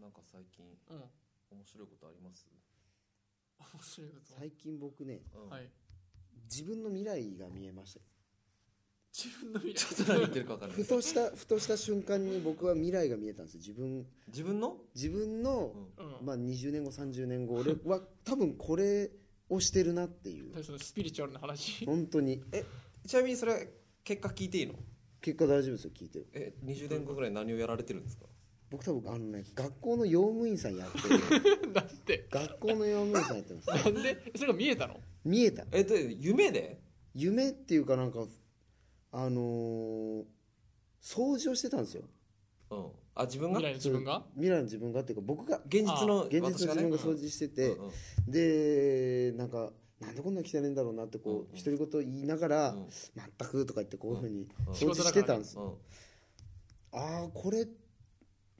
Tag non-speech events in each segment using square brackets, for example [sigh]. なんか最近うん面面白いことあります白いこと最近僕ねうんはい自分の未来が見えまし自分の未 [laughs] 来ちょっと何言ってるか分かたらないふとした [laughs] ふとした瞬間に僕は未来が見えたんですよ自分自分の自分の、うんまあ、20年後30年後俺は多分これをしてるなっていう大そのスピリチュアルな話本当にえちなみにそれ結果聞いていいの結果大丈夫ですよ聞いてるえ20年後ぐらい何をやられてるんですか僕多分あのね学校の用務員さんやって [laughs] るだって学校の用務員さんやってますなんでそれが見えたの見えたえで夢で夢っていうかなんかあのー掃除をしてたんですようんあ自分が未来の自分が未来の自分がっていうか僕が現実の現実私の自がね分が掃除してて、うんうんでなんかなんでこんな汚いんだろうなってこう独り言言いながらうん「全く」とか言ってこういうふうにうん掃除してたんですうんうんああこれ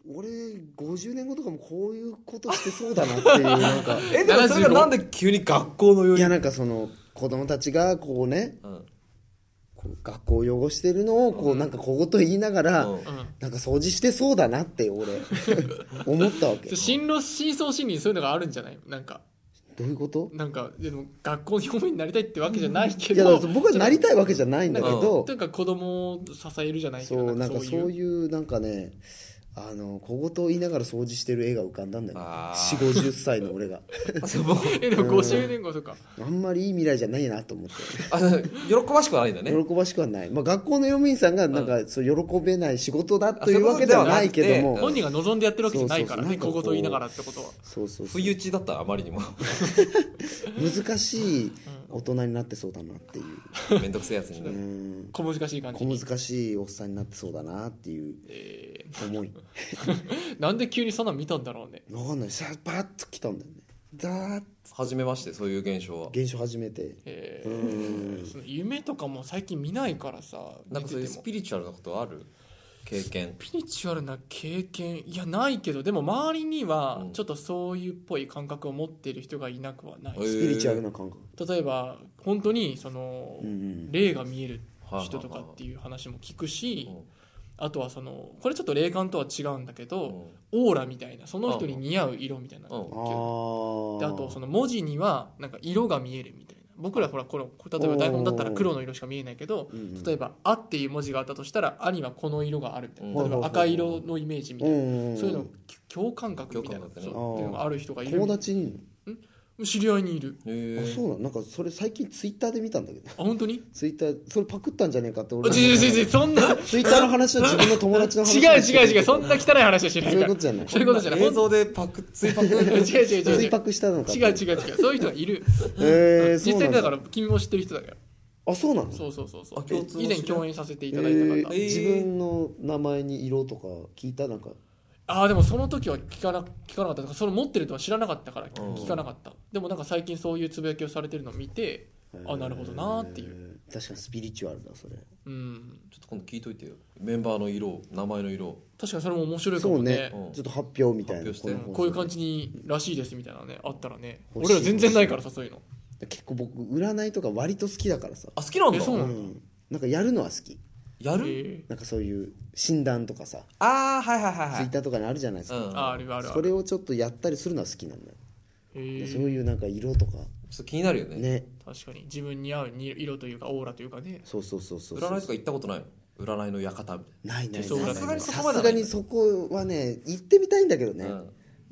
俺50年後とかもこういうことしてそうだなっていうなんかえでもそれがなんで急に学校のよういにやなんかその子供たちがこうねうんこう学校を汚してるのをこうなんか小言言いながら、うんうんなんか掃除してそうだなって俺思ったわけそれ進路深層心理にそういうのがあるんじゃないなんかどういうことなんかでも学校の表面になりたいってわけじゃないけいやだどから僕はなりたいわけじゃないんだけど、なんか子供を支えるじゃないけそどうなんかそうういうなんかねあの小言を言いながら掃除してる絵が浮かんだんだよあ4ー五5 0歳の俺があそうもうえでも50年後とかあんまりいい未来じゃないなと思ってあ喜ばしくはないんだね喜ばしくはない、まあ、学校の読務員さんがなんかそう喜べない仕事だというわけではないけどうんも本人が望んでやってるわけじゃないからねそ小うそうそうなんかこう言言いながらってことはそうそうそ不う意打ちだったらあまりに [laughs] も難しい大人になってそうだなっていうめんどくせえやつにうねん小難しい感じ小難しいおっさんになってそうだなっていうえ思いーなんで急にそんなん見たんだろうね分かんないさバッと来たんだよねザーッ初めましてそういう現象は現象始めてえーその夢とかも最近見ないからさなんかそういう見ててスもピリチュアルなことある経験スピリチュアルな経験いやないけどでも周りにはうんちょっとそういうっぽい感覚を持っている人がいなくはない、へースピリチュアルな感覚、例えば本当にその、うんうん、霊が見える人とかっていう話も聞くしうんあとはそのこれちょっと霊感とは違うんだけうどんオーラみたいなその人に似合う色みたいなうんあでーあとその文字にはなんか色が見えるみたいな僕らほらこの例えば台本だったら黒の色しか見えないけどうんうん例えば「あ」っていう文字があったとしたら「あ」にはこの色があるみたいなうん例えば赤色のイメージみたいなうんんんそういうの共感覚みたいな共感覚ねそうあーっていうのがある人がいる友達にいる知り合いにいるへの、あーそうなのなんかそれ最近ツイッターで見たんだけどあ本当にツイッターそれパクったんじゃねえかってあ俺違う違う違うそんな違ツイッターの話は自分の友達の話う違う違うそんなな汚い話はしなそういいかうこらとじゃないそういうことじゃない映像でパクつ [laughs] いパク違う違う違うツ違イパクしたのかう違う違う違うそういう人がいるえー、そ実うな際んだから君も知ってる人だからあそうなのそうそうそうそあ共う通の以前知り合い共演させていえただいた方、ーえー自分の名前に色とか聞いたなんかああでもその時は聞かな聞かなかっただからそれ持ってるとは知らなかったからうん聞かなかったでもなんか最近そういうつぶやきをされてるのを見てあなるほどなーっていうう確かにスピリチュアルだそれうんちょっと今度聞いといてよメンバーの色名前の色確かにそれも面白いかそもうねねうんちょっと発表みたいな発表しての放うん送こういう感じにらしいですみたいなのねあったらね欲し俺いら全然ないからさそういうの結構僕占いとか割と好きだからさあ好きなんだえそううなのんなんかやるのは好きやる、えなんかそういう診断とかさああはいはいはいはツイッいターとかにあるじゃないですうかんー、あーあるあるあそるれをちょっとやったりするのは好きなんだよえでーそういうなんか色とかちょっと気になるよねね確かに自分に合うに色というかオーラというかねそうそうそうそう占いとか行ったことないの占いの館みたいないないないそうないさすがにそこまではさすがにそこはね行ってみたいんだけどねな、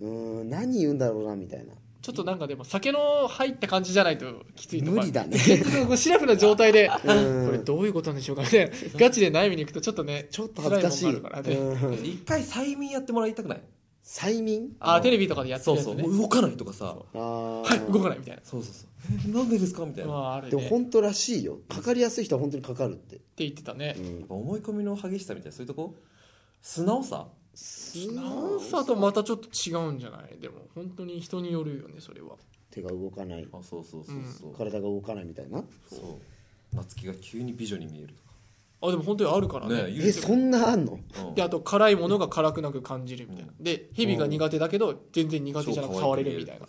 うんうん何言うんだろうなみたいなちょっとなんかでも酒の入った感じじゃないときついと無か理だねそうこうシラフな状態で、 [laughs] こうんれどういうことなんでしょうかね。ガチで悩みに行くとちょっとね、ちょっと恥ずかしい辛もんがあるからね。うん一回催眠やってもらいたくない催眠あー、テレビとかでやってそるうやつそうねも。う動かないとかさそあはい、ー動かないみたいな。そうそうそうえなんでですかみたいな、まやっあ、あるね。でもって本当らしいよかかりやすい人は本当にかかるって言ってたね。ぱ思い込みの激しさみたいなそういうとこ素直さ素なさとまたちょっと違うんじゃないでも、本当に人によるよね、それは。手が動かないあそうそうそうそう、体が動かないみたいなそう夏希が急に美女に見えるとかあ、でも本当にあるからねね。え言うてそんなあんのたうんで、あと、辛いものが辛くなく感じるみたいな。で、蛇が苦手だけど、全然苦手じゃなく触れるみたいな。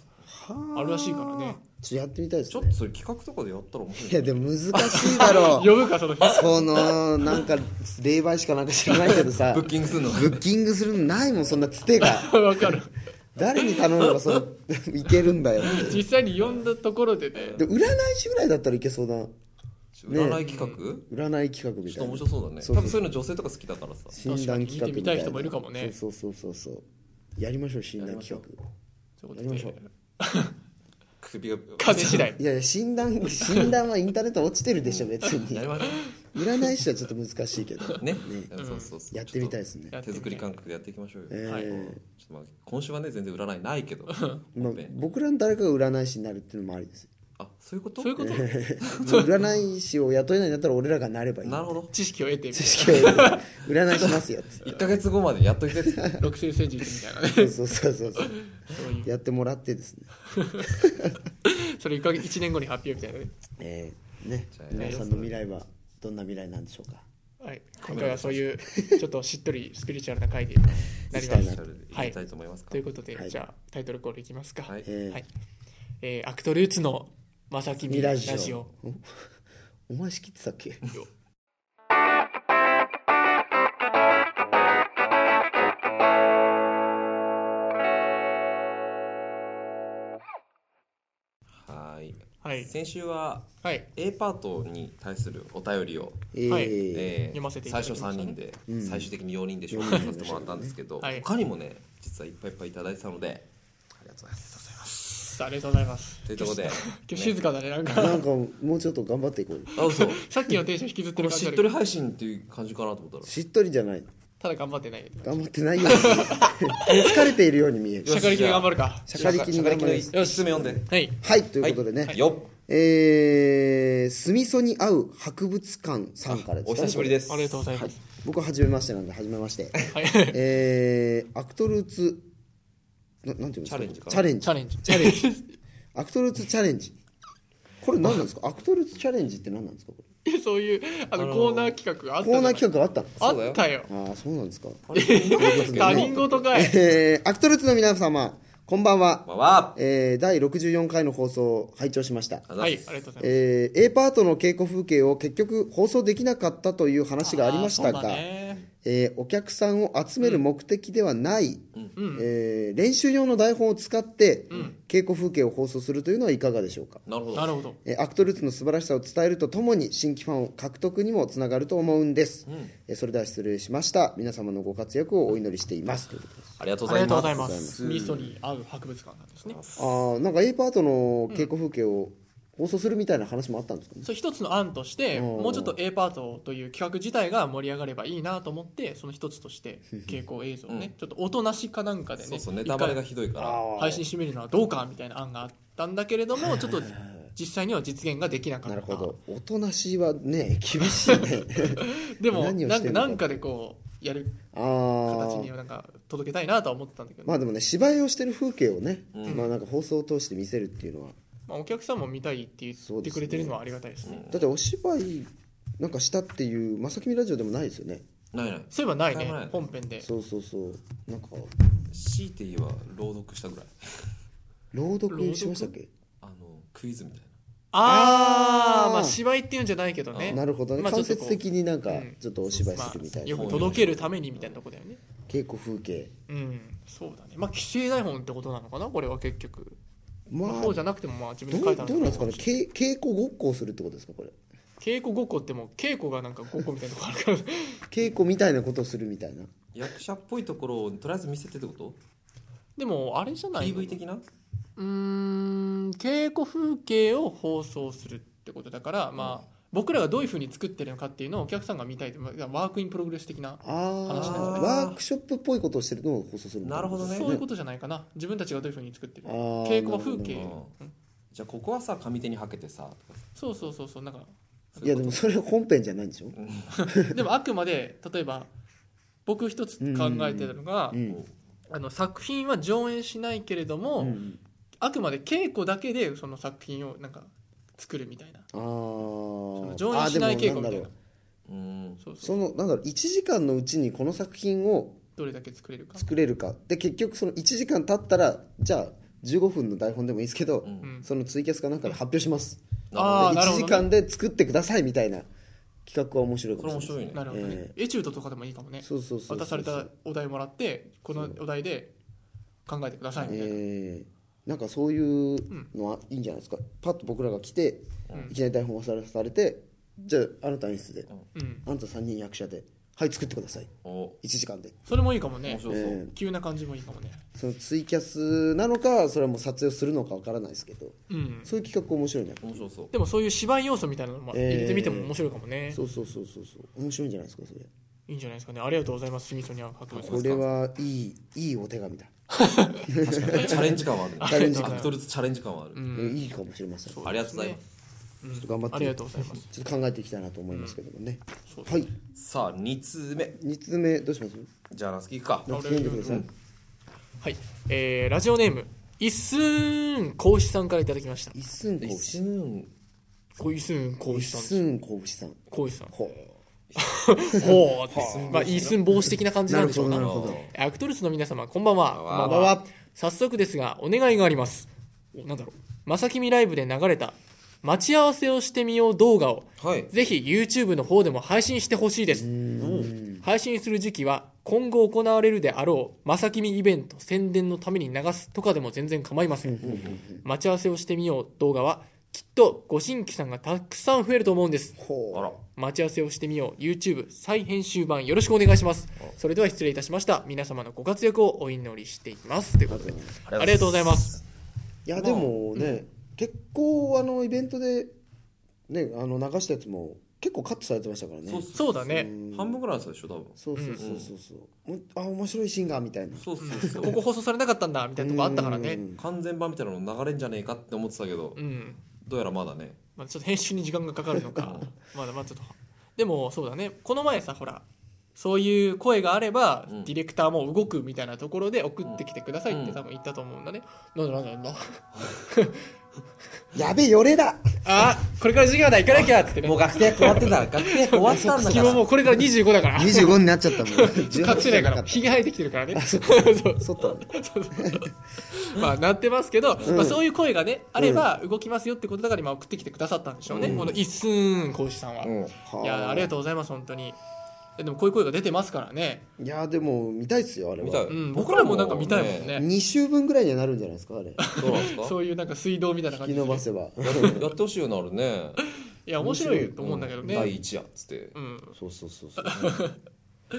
あるらしいからねちょっとやってみたいですちょねっとそれ企画とかでやったら面白いいやでも難しいだろ呼 [laughs] うぶか、その日。そのなんか霊媒師かなんか知らないけど [laughs] さブッキングするのブッキングするのないもんそんなつてがわかる。誰に頼めばその [laughs] いけるんだよって実際に読んだところでねで占い師ぐらいだったらいけそうだ占い企画、占い企画みちたょっと面いな白そうだねそうそう多分そういうの女性とか好きだからさ診断企確か画みたいなに見てみたい人もいるかもねそうそうそうそうそうやりましょう診断企画ということやでりましょう首が風次 [laughs] 第いやいや診断診断はインターネット落ちてるでしょ別 [laughs] にやりましょ占い師はちょっと難しいけどうねそうそうそうやってみたいですねちょっと手作り感覚でやっていきましょうよ、えーはいちょっとまあ今週はね全然占いないけどまあ本編僕らの誰かが占い師になるっていうのもあ [laughs] りですよあそういうことそういうこと占い師を雇えないんだったら俺らがなればいいなるほど知識を得てみ知た識を得て占いしますよっつって1か月後までやっといてっつっていな六星戦術みたいなねそうそうそうそうそういうやってもらってですねそれ1か月1年後に発表みたいなねえーねじゃあ皆さんの未来はどんな未来なんでしょうかはい、今回はそういうちょっとしっとりスピリチュアルな回になりましたいなすと。やりたいと思いますかということで、はいじゃあタイトルコールいきますか。はいえーはいえーアクトルーツのまさきみミララジジオオお前仕切ってたっけはいはい、先週ははい、 A パートに対するお便りを、えーはいえー読ませていただきましたね最初3人で、うん最終的に4人で紹介させてもらったんですけど、はい他にもね実はいっぱいいっぱいいただいてたのでありがとうございますありがとうございます。というところで今日静かだね、なん [laughs] か、なんかもうちょっと頑張っていこうよあそうさっきのテンション引きずってこのる感しじあっるとり配信っていう感じかなと思ったらしっとりじゃないただ頑張ってない。頑張ってないように見 [laughs] える疲れているように見えるしゃかりきで頑張るか。しゃかりきにしゃかりき頑張のりま一す一つ目読んではい、はいということでね、はいよっえー、スミソに合う博物館さんからですねお久しぶりですありがとうございます。僕は初めましてなんで初めましてはい、 [laughs] えー、アクトルーツななんていうんですチかャレンジかなチャレンチジャレンジ、チャレンジ。アクトルーツチャレンジこれ何なんですかアクトルーツチャレンジって何なんですかこ [laughs] そういうあの、コーナー企画があったじれコーゃなナいー企画があったのそうだよあったよ。ああそうなんですか、他人事かい。えー、アクトルーツの皆様こんばんは、こんばんはえー、第64回の放送を拝聴しましたはい、ありがとうございます。えー、A パートの稽古風景を結局放送できなかったという話がありましたあーがそうだねえーお客さんを集める目的ではない、えー練習用の台本を使って、稽古風景を放送するというのはいかがでしょうか、なるほどなるほど。えーアクトルーツの素晴らしさを伝えるとともに新規ファンを獲得にもつながると思うんです、えーそれでは失礼しました皆様のご活躍をお祈りしていますということですありがとうあごりざいがとうごますざいます。ミソに合う博物館なんですね。あーなんか A パートの稽古風景を放送するみたいな話もあったんですかね、それ一つの案として、おーもうちょっと A パートという企画自体が盛り上がればいいなと思って、その一つと [laughs] して傾向映像をね、ちょっと音なしかなんかでね、そうそうネタバレが一ひどいから回配信してみるのはどうかみたいな案があったんだけれども、ちょっと実際には実現ができなかった。なるほどおとなしはね厳しいね [laughs] でも何をなしんてか、んなのんかでこう、やるあ形あにはなんか届けたいなとは思ったんだけど、ままあでもね芝居をしてる風景をね、まあなんか放送を通して見せるっていうのはあ、お客さんも見たいって言ってくれてるのはありがたいですね。だってお芝居なんかしたっていうまさきみラジオでもないですよねないないそういえばないねないない、本編で。そうそうそうなんか強いて言えば朗読したぐらい朗読しましたっけあのクイズみたいああー、ーまあ芝居っていうんじゃないけどね。なるほどね、まあちょ間っと接こう的になんかうんちょっとお芝居するみたいな、よく届けるためにみたいなとこだよね稽古風景うんそうだねまあ規制台本ってことなのかなこれは結局、ままああ、そうじゃなくてもまあ自分どで書ういたどのうなんですかねけ稽古ごっこをするってことですかこれ稽古5個ってもう稽古がなんか5個みたいな [laughs] とこあるから稽古みたいなことをするみたいなな役者っぽいところをとりあえず見せてってことでもあれじゃないの PV 的なうーん稽古風景を放送するってことだからまあ僕らがどういうふうに作ってるのかっていうのをお客さんが見たいってまあワークインプログレス的なあ話しないとーねワークショップっぽいことをしてるのを放送するみたいなるほどねそういうことじゃないかな自分たちがどういうふうに作ってるあー稽古は風景なるほどじゃあここはさ上手にはけてさとかそうそうそうそうなんかそういうやこでともそれ本編じゃないんでしょ、 [laughs] でもあくまで例えば僕一つ考えてるのが、うんあの作品は上演しないけれども、うん、あくまで稽古だけでその作品をなんか作るみたいなあそのー上演しない稽古みあーでもんだたいろうなうんそうそうそのなんだろう1時間のうちにこの作品をどれだけ作れるか、作れるかで結局その1時間経ったらじゃあ15分の台本でもいいですけど、んうん、そのツイキャスかなんかで発表します、ああでなる1ほ時ど、ね、間で作ってくださいみたいな企画は面白いかこもれ面しれ白ないいねなるほどね、エチュードとかでもいいかもねそうそうそうそう渡されたお題もらってこのお題で考えてくださいみたいな、えーなんかそういうのはいいんじゃないですか、パッと僕らが来て、いきなり台本を渡されてじゃああなた演出で、うん、あなた3人役者ではい作ってくださいお1時間で、それもいいかもね面白そう、え急な感じもいいかもねーそのツイキャスなのかそれはもう撮影をするのかわからないですけどうんそういう企画面白いね面白そうでもそういう芝居要素みたいなのも入れてみても面白いかもね、そうそうそうそうそう面白いんじゃないですかそれいいんじゃないですかねありがとうございますシミソニアン博物これはいいいいお手紙だ、確かに [laughs] チャレンジ感はあるねチャレンジ感アクトルズチャレンジ感はある、うえんーいいかもしれませんちょありがとうございますうんっと頑張ってありがとうございますちょっと考えていきたいなと思いますけどもね、そうはいさあ2通目2つ目どうしますじゃあナスキいくかなんか読んでください、うんはい、えー、ラジオネームいっすーんこうしさんからいただきました一寸一講師瞬こいすーんこう一しさんです寸講師さんこうしさんほほうってまあいっすん防止的な感うじなんでしょうなるほどアクトルスの皆様こんばんはこんこんばんは早速ですがお願いがありますおなんだろうまさきみライブで流れた待ち合わせをしてみよう動画をはいぜひ YouTube の方でも配信してほしいです配信する時期は今後行われるであろうまさきみイベント宣伝のために流すとかでも全然構いません待ち合わせをしてみよう動画はきっとご新規さんがたくさん増えると思うんですほうあら待ち合わせをしてみよう YouTube 再編集版よろしくお願いしますそれでは失礼いたしました皆様のご活躍をお祈りしていますということでありがとうございますいやでもね、結構あのイベントでねあの流したやつも結構カットされてましたからねそうっすそうだね半分ぐらいのやつでしょ多分そうそうそうそうそう、もうあ面白いシーンがみたいなそうそうそうここ放送されなかったんだみたいなとこあったからねうん完全版みたいなの流れんじゃねえかって思ってたけど、うんどうやらまだねまあ、ちょっと編集に時間がかかるのか [laughs] まだまだちょっとでもそうだねこの前さほらそういう声があれば、うんディレクターも動くみたいなところで送ってきてくださいっうてん多分言ったと思うんだね、なんだなんだなんだやべよれだあこれから授業だ行かなきゃっつってねもう学生役終わってた [laughs] 学生役終わったんだ隙か間らもうこれから25だから25になっち [laughs] ゃったもん隠せないからひげ生えてきてるからねそうそったの [laughs] まあなってますけど、んまあ、そういう声がねあれば動きますよってことだから今送ってきてくださったんでしょうね、この一寸講師さんは、うんいやありがとうございます本当にいやでもこういう声が出てますからねいやでも見たいっすよあれは見たいうん、僕らもなんか見たいもんね2週分ぐらいにはなるんじゃないですか [laughs] あれどうなんですかそういうなんか水道みたいな感引じきで伸ばいせばやってほしいよなるねや面白いと思うんだけどね、第一夜っつってうんそうそうそうそう [laughs]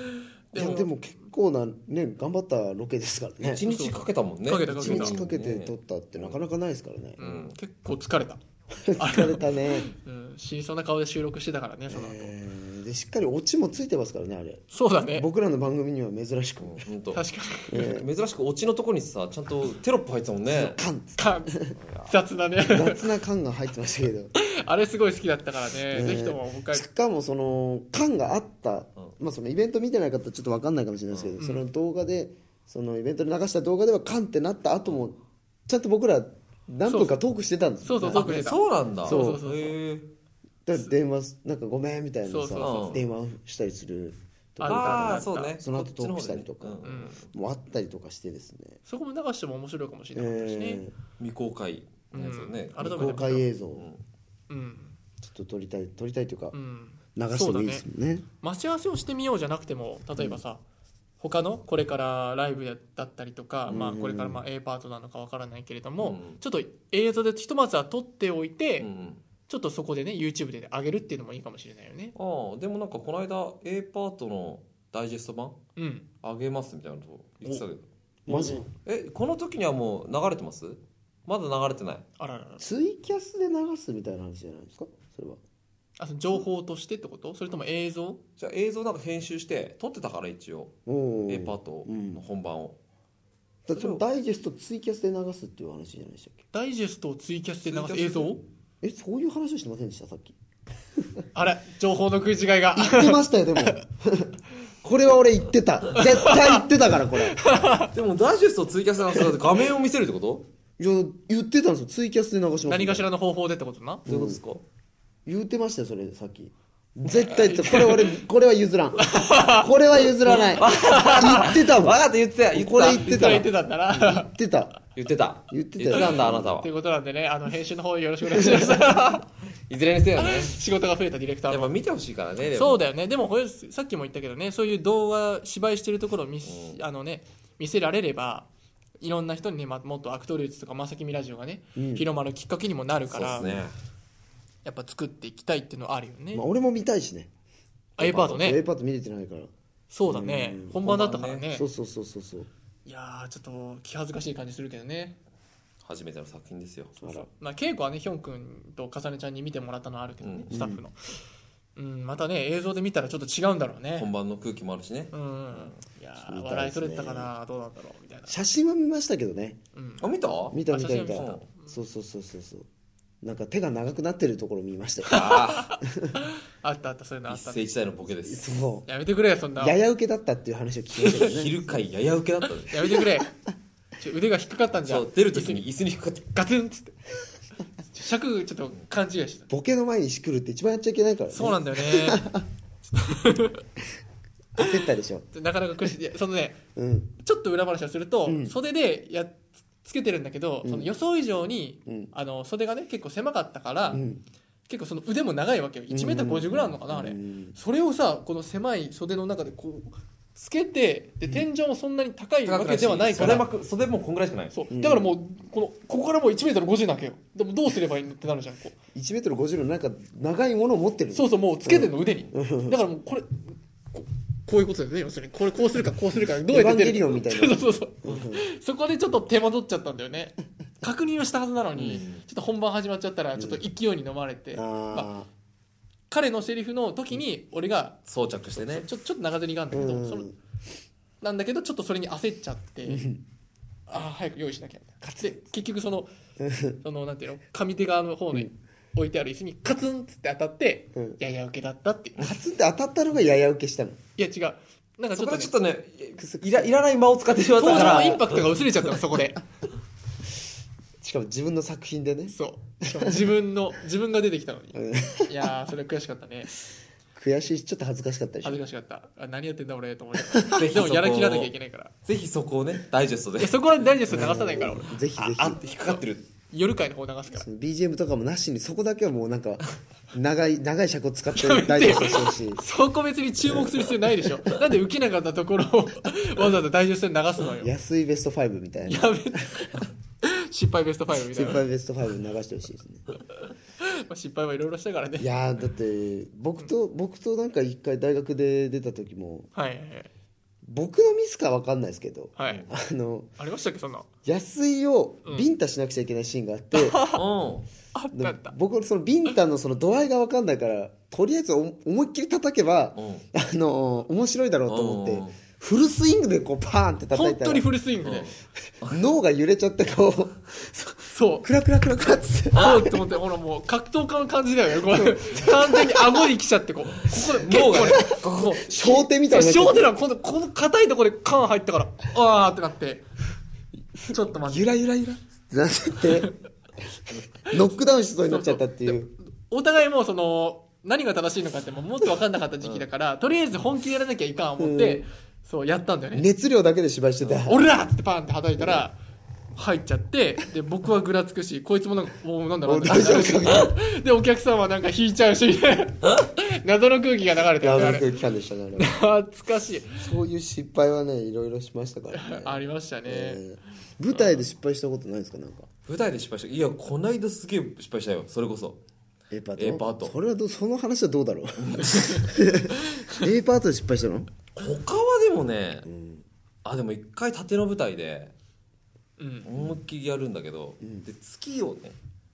いでもやでも結構なね頑張ったロケですからね一日かけたもんねかけたか一けた日かけて撮ったってなかなかないですからねううんん、結構疲れた、 [laughs] 疲れたねうん、死にそうな顔で収録してたからねその後、えーでしっかりオチもついてますからねあれそうだね僕らの番組には珍しくうんほんと確か珍しくオチのとこにさちゃんとテロップ入ってたもんね缶っつってにか雑だね [laughs] 雑な缶が入ってました [laughs] けどあれすごい好きだったからね、えーぜひとももう一回しかもその缶があった、うまあ、そのイベント見てない方ちょっと分かんないかもしれないですけど、その動画でそのイベントで流した動画では缶ってなった後もちゃんと僕ら何分かトークしてたんですよそうそうそうあそうなんだそうそうそうそうへえだから電話なんかごめんみたいなさそうそそううそう電話したりするとかあああそうねその後トークしたりとかこっちの方でねうんもあったりとかしてですね、そこも流しても面白いかもしれなかったしねえ、未公開のやつをねうんあれー、だ公開映像うをんうんちょっと撮りたい撮りたいというかうん流してもいいですもんね待ち合わせをしてみようじゃなくても例えばさ、他のこれからライブだったりとか、まあ、うんこれからまあ A パートなのかわからないけれども、うんちょっと映像でひとまずは撮っておいて、うんちょっとそこでね YouTube で上げるっていうのもいいかもしれないよね。ああでもなんかこの間 A パートのダイジェスト版うん、あげますみたいなこと言ってたけどマジえこの時にはもう流れてますまだ流れてないあらららツイキャスで流すみたいな話じゃないですかそれはあその情報としてってことそれとも映像じゃあ映像なんか編集して撮ってたから一応お A ーパートの本番をだってそのダイジェストツイキャスで流すっていう話じゃないでしたっけダイジェストをツイキャスで流ツイすキャ映スで像えそういう話をしてませんでしたさっ [laughs] きあれ情報の食い違い [laughs] が言ってましたよでも [laughs] これは俺言ってた絶対言ってたからこれいでもダイジェストをツイキャスなんかそうだって画面を見せるってことや言ってたんですよツイキャスで流します何かしらの方法でってことなどういうことですか言ってましたよそれさっき絶対言ってたこれ俺これは譲らんこれは譲 [laughs] らない言ってたもん分かった言ってた言ってたこれ言ってた言 [laughs] ってたんだな言ってた言ってた言ってた言っよてたんだあなたっはていうことなんでねあの編集の方よろしくお願いしますいずれにせよね [laughs] 仕事が増えたディレクターやっもぱ見てほしいからねでもそうだよねでもほえさっきも言ったけどねそういう動画芝居してるところを見,、あのね、見せられればいろんな人にね、ま、もっとアクトルーツとかまさきみラジオがね、うん広まるきっかけにもなるそかうでら、すねやっぱ作っていきたいっていうのはあるよね、まあ、俺も見たいしねあ、A パート A ねパート見れてないからそうだねうん本番だったからねそうそうそうそうそういやーちょっと気恥ずかしい感じするけどね初めての作品ですよあらまあ稽古はねヒョン君とかさねちゃんに見てもらったのはあるけどね、うんスタッフのうんまたね映像で見たらちょっと違うんだろうね本番の空気もあるしねうんいやー見たいですね笑い取れてたかなどうなんだろうみたいな、写真は見ましたけどねうん、あ見た見たあ見た見写た真は見そうそうそうそうそうなんか手が長くなってるところ見ましたよああったあったそういうのああ一った世一代のボケです [laughs] そやめてくれよそんうなやや受けだったっていう話を聞きましたけどね昼会やや受けだったねやめてくれちょ腕が引っかかったんじゃそんう出る時に椅子に引っかかってガツンっつってちょ尺ちょっと勘違いしてたボケの前にしくるって一番やっちゃいけないからねそうなんだよね焦ったでしょなかなか苦しいいやそのねうんちょっと裏話をすると、うん袖でやっつけてるんだけど、その予想以上に、うんあの袖がね結構狭かったから、うん結構その腕も長いわけよ 1m50 ぐらいあるのかな、あれうんそれをさこの狭い袖の中でこうつけてで天井もそんなに高いわけではないから、袖まく袖もこんぐらいしかないそううんだからもうこのここからもう 1m50 なわけよでもどうすればいいのってなるじゃんこう1メートル50のなんか長いものを持ってるそうそうもうつけてんの腕に、うんだからもうこれここういうことだよね要するにこれこうするかこうするかどうやって出るエヴァンゲリオンみたいなそうそうそうそこでちょっと手間取っちゃったんだよね確認をしたはずなのに、うんちょっと本番始まっちゃったらちょっと勢いに飲まれて、まあ、あ彼のセリフの時に俺が装着してねちょちょっと長銭があるんだあけど、うんそのなんだけどちょっとそれに焦っちゃって、ああ早く用意しなきゃで結局そのそのなんていうの上手側の方に置いてある椅子にカツンっつって当たって、うんやや受けだったっていうカツンって当たったのがやや受けしたのいや違うなんかちそょっ、ことでねちょっ、とねいらいらない間を使ってしまっ登たか場らのインパクトが薄れちゃったのそこでしかも自分の作品でねそうしかも自分の自分が出てきたのにうんいやーそれは悔しかったね悔しいしちょっと恥ずかしかったでしょ恥ずかしかったあ何やってんだ俺と思ってぜひでそこもをやらきらなきゃいけないからぜひそこをねダイジェストでいやそこは大事ですよ流さないから俺 [laughs] ぜひぜあひあって引っかかってる夜会の方流すからその BGM とかもなしにそこだけはもうなん [laughs] か長い長い尺を使ってダイジェストしてほしい [laughs] そこ別に注目する必要ないでしょなんで受けなかったところ [laughs] をわざわざ大事ですよ流すのよや安いベスト5みたいなめて失敗ベスト5みたい先な、ま輩ベスト5流してほしいですねあ、失敗はいろいろしたからねいやーだって僕と僕となんか一回大学で出た時もはいはい僕のミスか分かんないですけどはい、はい、あのありましたっけそんな安井をうんビンタしなくちゃいけないシーンがあって、 [laughs] うんあったあった僕そのビンタのその度合いが分かんないからとりあえずお思いっきり叩けば、うんあの面白いだろうと思って、うんフルスイングでこうパーンって叩い本た当らにフルスイングで、うん脳が揺れちゃってこうそうクラクラクラクラっつってあーって思って、ほらもう格闘家の感じだよね。これ完全に顎に来ちゃって、こう、ここで、脳脳ががねね、ここ、小手みたいになっちゃそうっ小手な、この、この硬いところで缶入ったから、あーってなって、ちょっと待って。ゆらゆらゆらってなっちゃってノックダウンしそうになっちゃったっていうお互いもうその、何が正しいのかってもうもっと分かんなかった時期だから、とりあえず本気でやらなきゃいかん思って、そう、やったんだよね。熱量だけで芝居してた俺らっつってパンって叩いたら、入っちゃって、で、僕はぐらつくし、こいつもなんか、もうなんだろもうう大丈夫かみたいな [laughs] で、お客さんはなんか引いちゃうし、 [laughs] みたいな謎の空気が流れてるやんだよあばいれ空気感でしたねあれ懐かしいそういう失敗はねいろいろしましたからねありましたね、えー舞台で失敗したことないですかなんか舞台で失敗したいやこないだすげえ失敗したよそれこそ A パート A パートそれはどうその話はどう [laughs] だろう A パートで失敗したの他はでもね、あでも一回縦の舞台でうん思いっきりやるんだけど、で月をね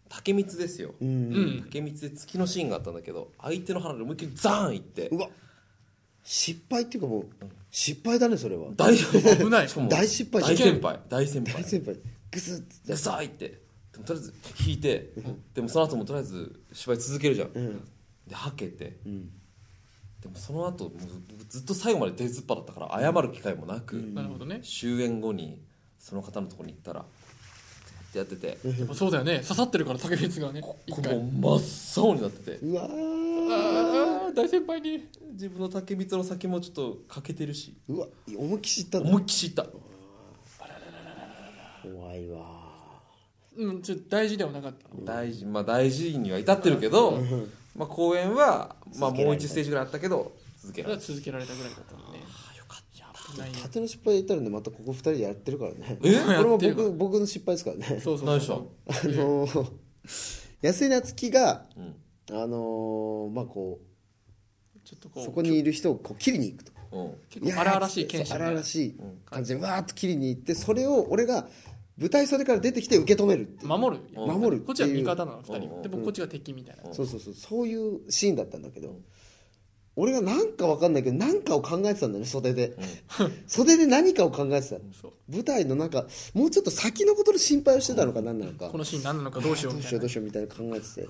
竹光ですよ、うんうん竹光で月のシーンがあったんだけど相手の腹で思いっきりザーンいってうわ失敗っていうかもう失敗だねそれは大丈夫危ないしかも大失敗大先輩大先輩大先輩グスッてくさいってでもとりあえず引いてでもその後もとりあえず芝居続けるじゃん、んではけてうんでもその後もうずっと最後まで出ずっぱだったから謝る機会もなく、なるほどね終演後にその方のところに行ったらってやっててでもそうだよね刺さってるから竹光がね一ここ回もう真っ青になっててうわあーー大先輩に自分の竹光の先もちょっと欠けてるしうわ思いっきり知ったんだ思いっきりいった怖いわうんちょっと大事ではなかった大事まあ大事には至ってるけど、まあ、公演は、まあ、続けられたもう1ステージぐらいあったけど続けそられれはた続けられたぐらいだったのねよかった内容縦の失敗言ったらねまたここ二人でやってるからねえこれもやってる僕僕の失敗ですからねそうそう何でしそたうあのー安井夏樹が、んあのーまあこちょっとうこうそこにいる人をこう切りに行くとうん結構荒々しい剣士そうみた荒いな々しい感じでわーっと切りに行ってそれを俺が舞台袖から出てきて受け止めるっていう守るうん守るっていうこっちは味方なのう2んう人んで僕こっちが敵みたいなそうそうそうそういうシーンだったんだけど、俺がなんかわかんないけど何かを考えてたんだよね袖で、 [laughs] 袖で何かを考えてたのそう舞台のなんかもうちょっと先のことの心配をしてたのか何なのかこのシーン何なのかどうしようどみうたしいようなどうしようみたいな考えてて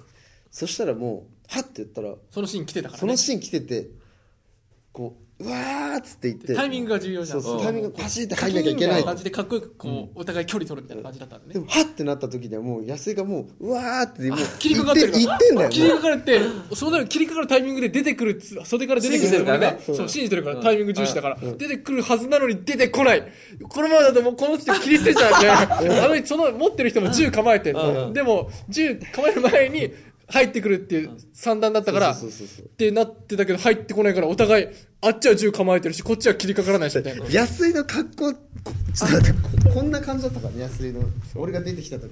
そしたらもうはって言ったらそのシーン来てたかそらのねシーン来ててこううわーっつって言ってタイミングが重要じゃんそうそううんタイミングがパシッて入んなきゃいけみなたいいな感じでかっこよくこうお互い距離取るみたいな感じだったんででねもはってなった時にはもう安井がもううわーってもう切りかかってるから言ってんだよ切りかかるってそうなる切りかかるタイミングで出てくるっつ袖から出てくる信じてるからねそうそう信じてるからタイミング重視だから出てくるはずなのに出てこないこのままだともうこの人切り捨てちゃうねあのその持ってる人も銃構えてんのでも銃構える前に入ってくるっていう算段だったからそうそうそうそうってなってたけど入ってこないからお互いあっちは銃構えてるしこっちは切りかからないしみたいな安井の格好こちょっと待ってここんな感じだったからね安井の俺が出てきた時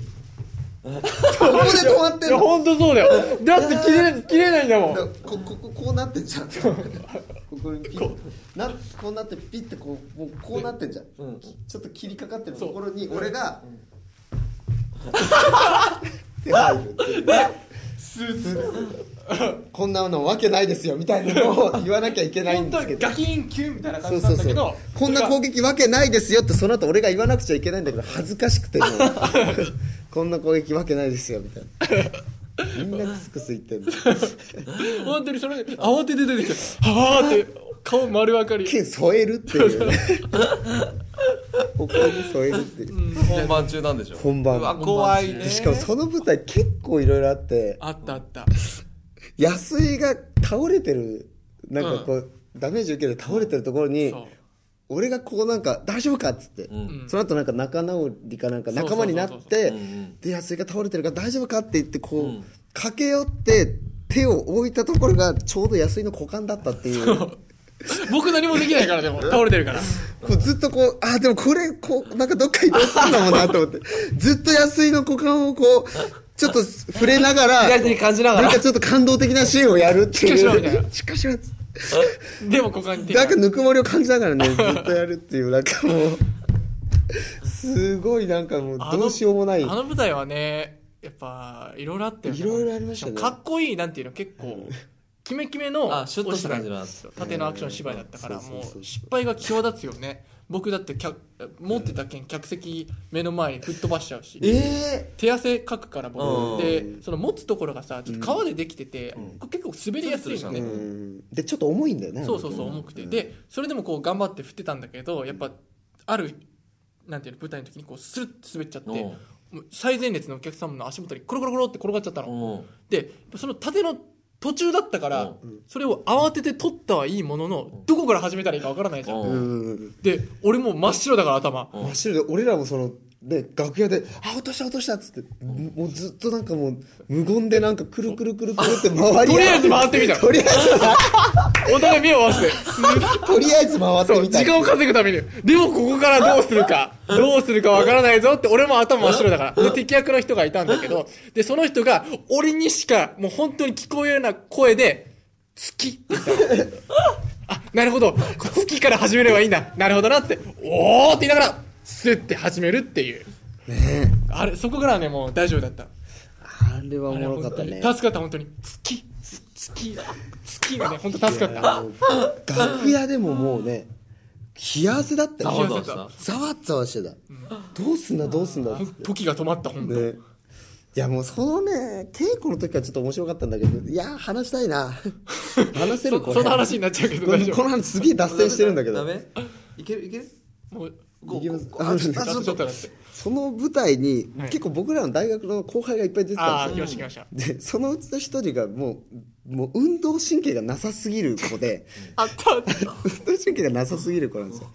ここで止まっていんやの本当そうだよだって切れ切れないんだもんだここここうなってんじゃんここにピッなこうなってピッてこうもうこうなってんじゃん、うんちょっと切りかかってるそとうころに俺が、って入るっていうスーツこんなのわけないですよみたいなのを言わなきゃいけないん本で当すにガけどキンキュンみたいなそ感うじなそうんだそけうどこんな攻撃撃わけないですよってその後俺が言わなくちゃいけないんだけど恥ずかしくてもうこんな攻撃わけないですよみたいなみんなクスクス言ってんの本当にそれで慌てて出てきてはあって顔丸分かり剣添えるっていうねお金添えるっていう本番中なんでしょ本番うわ怖いねしかもその舞台結構いろいろあってあったあった安井が倒れてるなんかこう、ダメージ受けて倒れてるところにそう俺がこうなんか「大丈夫か?」っつって、んその後なんか仲直りかなんかそうそう仲そうそ間うになってうんうんで安井が倒れてるから「大丈夫か?」って言ってこう、うん駆け寄って手を置いたところがちょうど安井の股間だったっていう。僕何もできないからでも倒れてるからこうずっとこう、ああ、でもこれ、こう、なんかどっか移動するのもなと思って、ずっと安井の股間をこう、ちょっと触れながら、に感じななんかちょっと感動的なシーンをやるってしかしろみたいいなう。しかしろっつってでも股間に手がなんかぬくもりを感じながらね、ずっとやるっていう、なんかもう、すごいなんかもう、あのどうしようもない。あの舞台はねやっぱいろいろあったよねいろいろありましたねかっこいいなんていうの結構キメキメのあシュッとした感じのお芝居ですよ縦のアクション芝居だったからうんそうもそうそうそうう失敗が際立つよね僕だって客持ってた剣客席目の前に吹っ飛ばしちゃうしえ手汗かくからうん僕でその持つところがさちょっと革でできてて、結構滑りやすいのね、うーうん。で、ちょっと重いんだよね。そうそうそう重くて、でそれでもこう頑張って振ってたんだけどやっぱあるなんていうの舞台の時にこうスルッと滑っちゃって、うんもう最前列のお客様の足元にコロコロコロって転がっちゃったうの、んでその縦の途中だったから、うそれを慌てて取ったはいいもののどこから始めたらいいかわからないじゃん、うんうん。で俺もう真っ白だから頭、うん真っ白で俺らもそのね楽屋で「あ落とした落とした」っつってもうずっとなんかもう無言でなんかくるくるくるくるって回りとりあえず回ってみたとりあえずお互い目を合わせてとりあえず回ってそうみた時間を稼ぐためにでもここからどうする [laughs] かどうするかわからないぞって俺も頭真っ白だからで敵役の人がいたんだけどでその人が俺にしかもう本当に聞こえるような声で「好き」って言ったの [laughs] あなるほどこ好きから始めればいいんだなるほどなって「おー」って言いながらスッて始めるっていうあれそこからはねもう大丈夫だったあれはおあれもはろかったね助かった本当に「好き」「好き」「好き」がね本当助かった [laughs] あの楽屋でももうね冷や汗だったざよわざわしたざわっざわしてたどうすんだどうすんだっつって時が止まった本当、ねいやもうそのね稽古の時はちょっと面白かったんだけどいや話した [laughs] いな話せるこそれその話になっちゃうけどこ大の丈こ夫の話すげえ脱線してるんだけダどメいけるいけるもうこいけますこああちょっとああちょっちょとっとだってその舞台に、はい結構僕らの大学の後輩がいっぱい出てあたあん来でますしたよ来ましたでそのうちの一人がもうもう運動神経がなさすぎる子 [laughs] であったあった運動神経がなさすぎる子なんですよ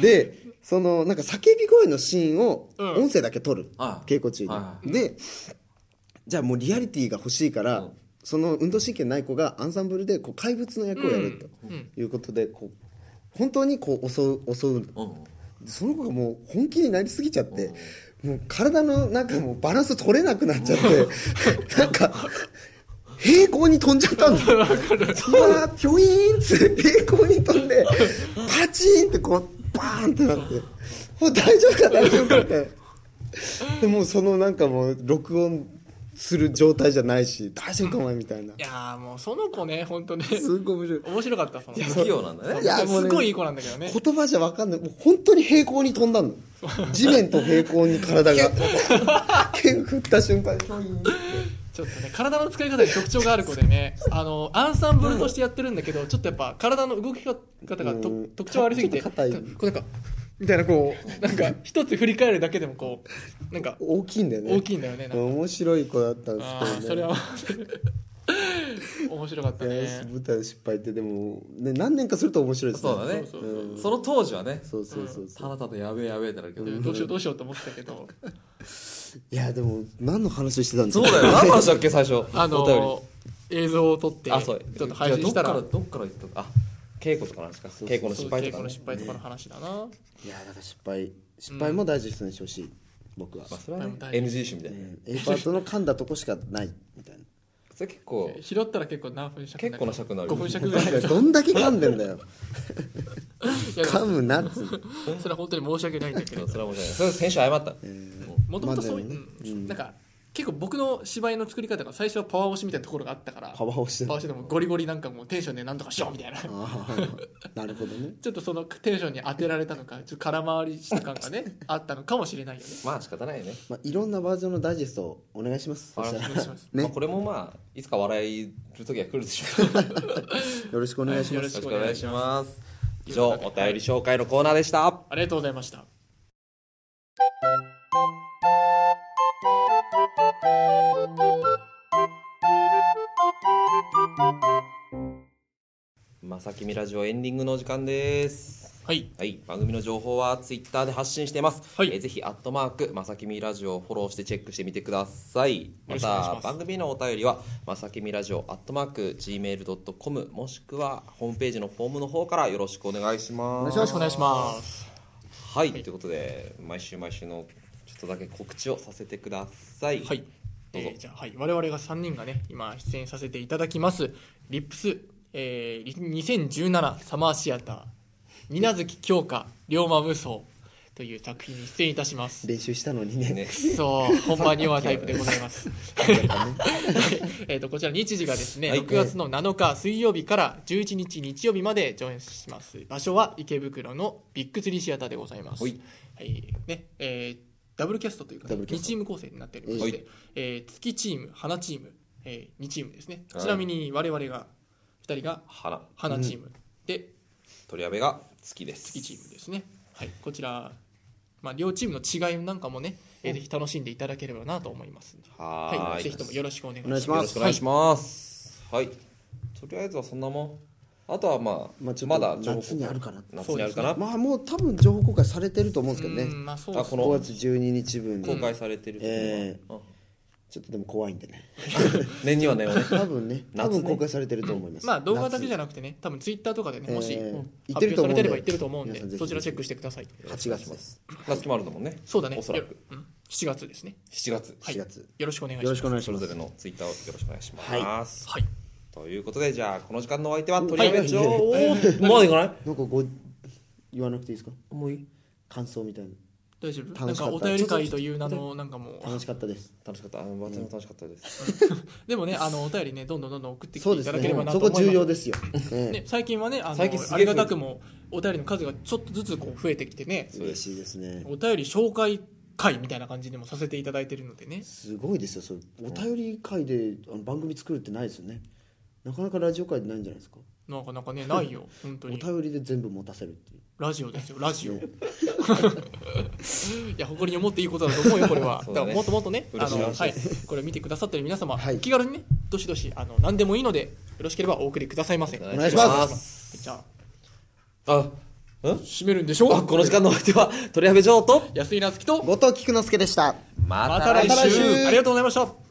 でそのなんか叫び声のシーンをうん音声だけ撮る、あ稽古中に、はでじゃあもうリアリティが欲しいから、うんその運動神経ない子がアンサンブルでこう怪物の役をやるということで、こう本当にこう襲う襲ううんその子がもう本気になりすぎちゃって、もう体のなんかもうバランス取れなくなっちゃ [laughs] って、なんか、平行に飛んじゃったんだよ。そら、ぴょいーんって平行に飛んで、パチーンってこう、バーンってなって、もう大丈夫か大丈夫かって。でもうそのなんかもう録音する状態じゃないし、大丈夫かお前みたいな。いやーもうその子ね本当ねすごい面白い。面白かったその子不器用なんだねいやそうもうねすごいいい子なんだけどね言葉じゃわかんない。もう本当に平行に飛んだの。地面と平行に体 [laughs] が。剣振った瞬間に、ちょっとね体の使い方に特徴がある子で [laughs] ねあのアンサンブルとしてやってるんだけどちょっとやっぱ体の動き方がとうん特徴ありすぎてちょっと硬いこうなんかみたいなこうなんか一つ振り返るだけでもこうなんか大きいんだよね。大きいんだよねなんか面白い子だったんですああけそどれね。は面白かったえねー舞台の失敗ってでも、ね、何年かすると面白いですね。そうだねそうそうそううんその当時はねそうそうそうそたう。だただやべえやべえってなるけどどうしようどうしようと思ってたけどいや、でも、何の話をしてたんですそうかだよ何の話 [laughs] だっけ最初 [laughs] あお便の映像を撮っりてちょあそうっと配信したじゃあどっかららどっから言ったのあ稽古とかの話か稽古のそ失う稽敗と古かのね失敗とかの話だな、いや、だから失敗。失敗も大事にしてほしい。僕はま。あそれはね失敗も大事 NG 集みたいなうねん A パートの噛んだとこしかない。みたいな。それ結構拾ったら結構何分尺に結構な尺になる5分 [laughs] 尺ぐらいだから [laughs] どんだけ噛んでんだよ。いや噛むなっつう。それは本当に申し訳ないんだけそどうそれは面白いねそれ先週謝ったもともとそういう、まあうんなんか結構僕の芝居の作り方が最初はパワー押しみたいなところがあったからパワー押しだパワー押しでもゴリゴリなんかもうテンションでなんとかしようみたいなちああ、なるほどね。ょっとそのテンションに当てられたのかちょっと空回りした感 [laughs] がねあったのかもしれないよねまあ仕方ないよねまあ、いろんなバージョンのダイジェストをお願いします。あそしたおら願いしますねまあ、これもまあいつか笑いる時は来るでしょう [laughs] よよろしくお願いしまろす。しくお願いします以上お便り紹介のコーナーでしたありがとうございましたまさきみラジオエンディングのお時間ですはいはい、番組の情報はツイッターで発信しています。はいえーぜひアットマークまさきみラジオをフォローしてチェックしてみてください。よまろしくお願いしまたす番組のお便りはまさきみラジオアットマーク gmail ドットコムもしくはホームページのフォームの方からよろしくお願いします。よろしくお願いしますはい、ということで毎週毎週のちょっとだけ告知をさせてください。はい、えーじゃあ、はい、我々が3人がね今出演させていただきますリップス、えーリ2017サマーシアター水無月京香龍馬無双という作品に出演いたします練習したのにね。ねく、そう、本番に弱いタイプでございます。 [laughs] えっと、こちら日時がですね、はい6月の7日水曜日から11日日曜日まで上演します。場所は池袋のビッグツリーシアターでございます。ははいい。ね、えーダブルキャストというか、ダブ2ルキャストチーム構成になっておりまして、えー月チーム、花チーム、え2チームですね。はいちなみに我々が、2人が花花チーム、で、取り上げが好きです。月チームですね。はい、こちら、まあ、両チームの違いなんかもね、えーぜひ楽しんでいただければなと思います。はーい。はい、ぜひともよろしくお願いしお願まいす。しよまろしくお願いします。はい。とりあえずはそんなもん。あとはまあ、まあちょっまとだ情報夏にあるかな夏にあるかな。まあ、もう多分情報公開されてると思うんですけどうね。んまあ、そうですあこの5月12日分公で。開されてると思うえうんちょっとでも怖いんでね。念には念をね。多分 [laughs] ね、多分公開されてると思います。まあ、動画だけじゃなくてね、多分ツイッターとかでね、もし、えーうん言って発表さると思れうんでてれば言ってると思うん皆でさんぜ、ひ8月チェックしてください。 8月です。夏もあるんだもんね。そうだね、おそらくようん7月ですね。 7月。はい4月。よろしくお願いしよまろす。しくお願いしそれまぞれす。のツイッターをよろしくお願いしはます。はい、ということで、じゃあ、この時間のお相手は取り上げ情は報。まだいかないなんかご言わなくていいですかもういい感想みたいな。大丈夫。な楽んしかか、っおた便り会という名の、なんかもう、楽しかったです。楽しかった。あの私も楽しかったです。でもね、あの、お便りね、どんどんどんどん送ってきそてうでいたすだければね。なとそ思こいます。重要 [laughs] ですよ。ねええ、最近はね、あの、最近すげえありがたくも、お便りの数がちょっとずつこう増えてきてね、嬉しいですね。お便り紹介会みたいな感じでもさせていただいてるのでね。すごいですよそれお便り会であの番組作るってないですよねなかなかラジオ会でないんじゃないですかなかなかね、ないよ、本当おに。便りで全部持たせるっていうラジオですよラジオ [laughs] いや誇りに思っていいことだと思うよこれはそだうかだらねもっともっとねあ嬉しいの、嬉しいはい、これを見てくださってる皆様、はいお気軽にねどしどしあの何でもいいのでよろしければお送りくださいませお。願いしますじゃああ、ん締めるんでしょあ、この時間のお相手は取り上げ情報と、安井なつきと後藤菊之助でしたままた来また来週週ありがとうございました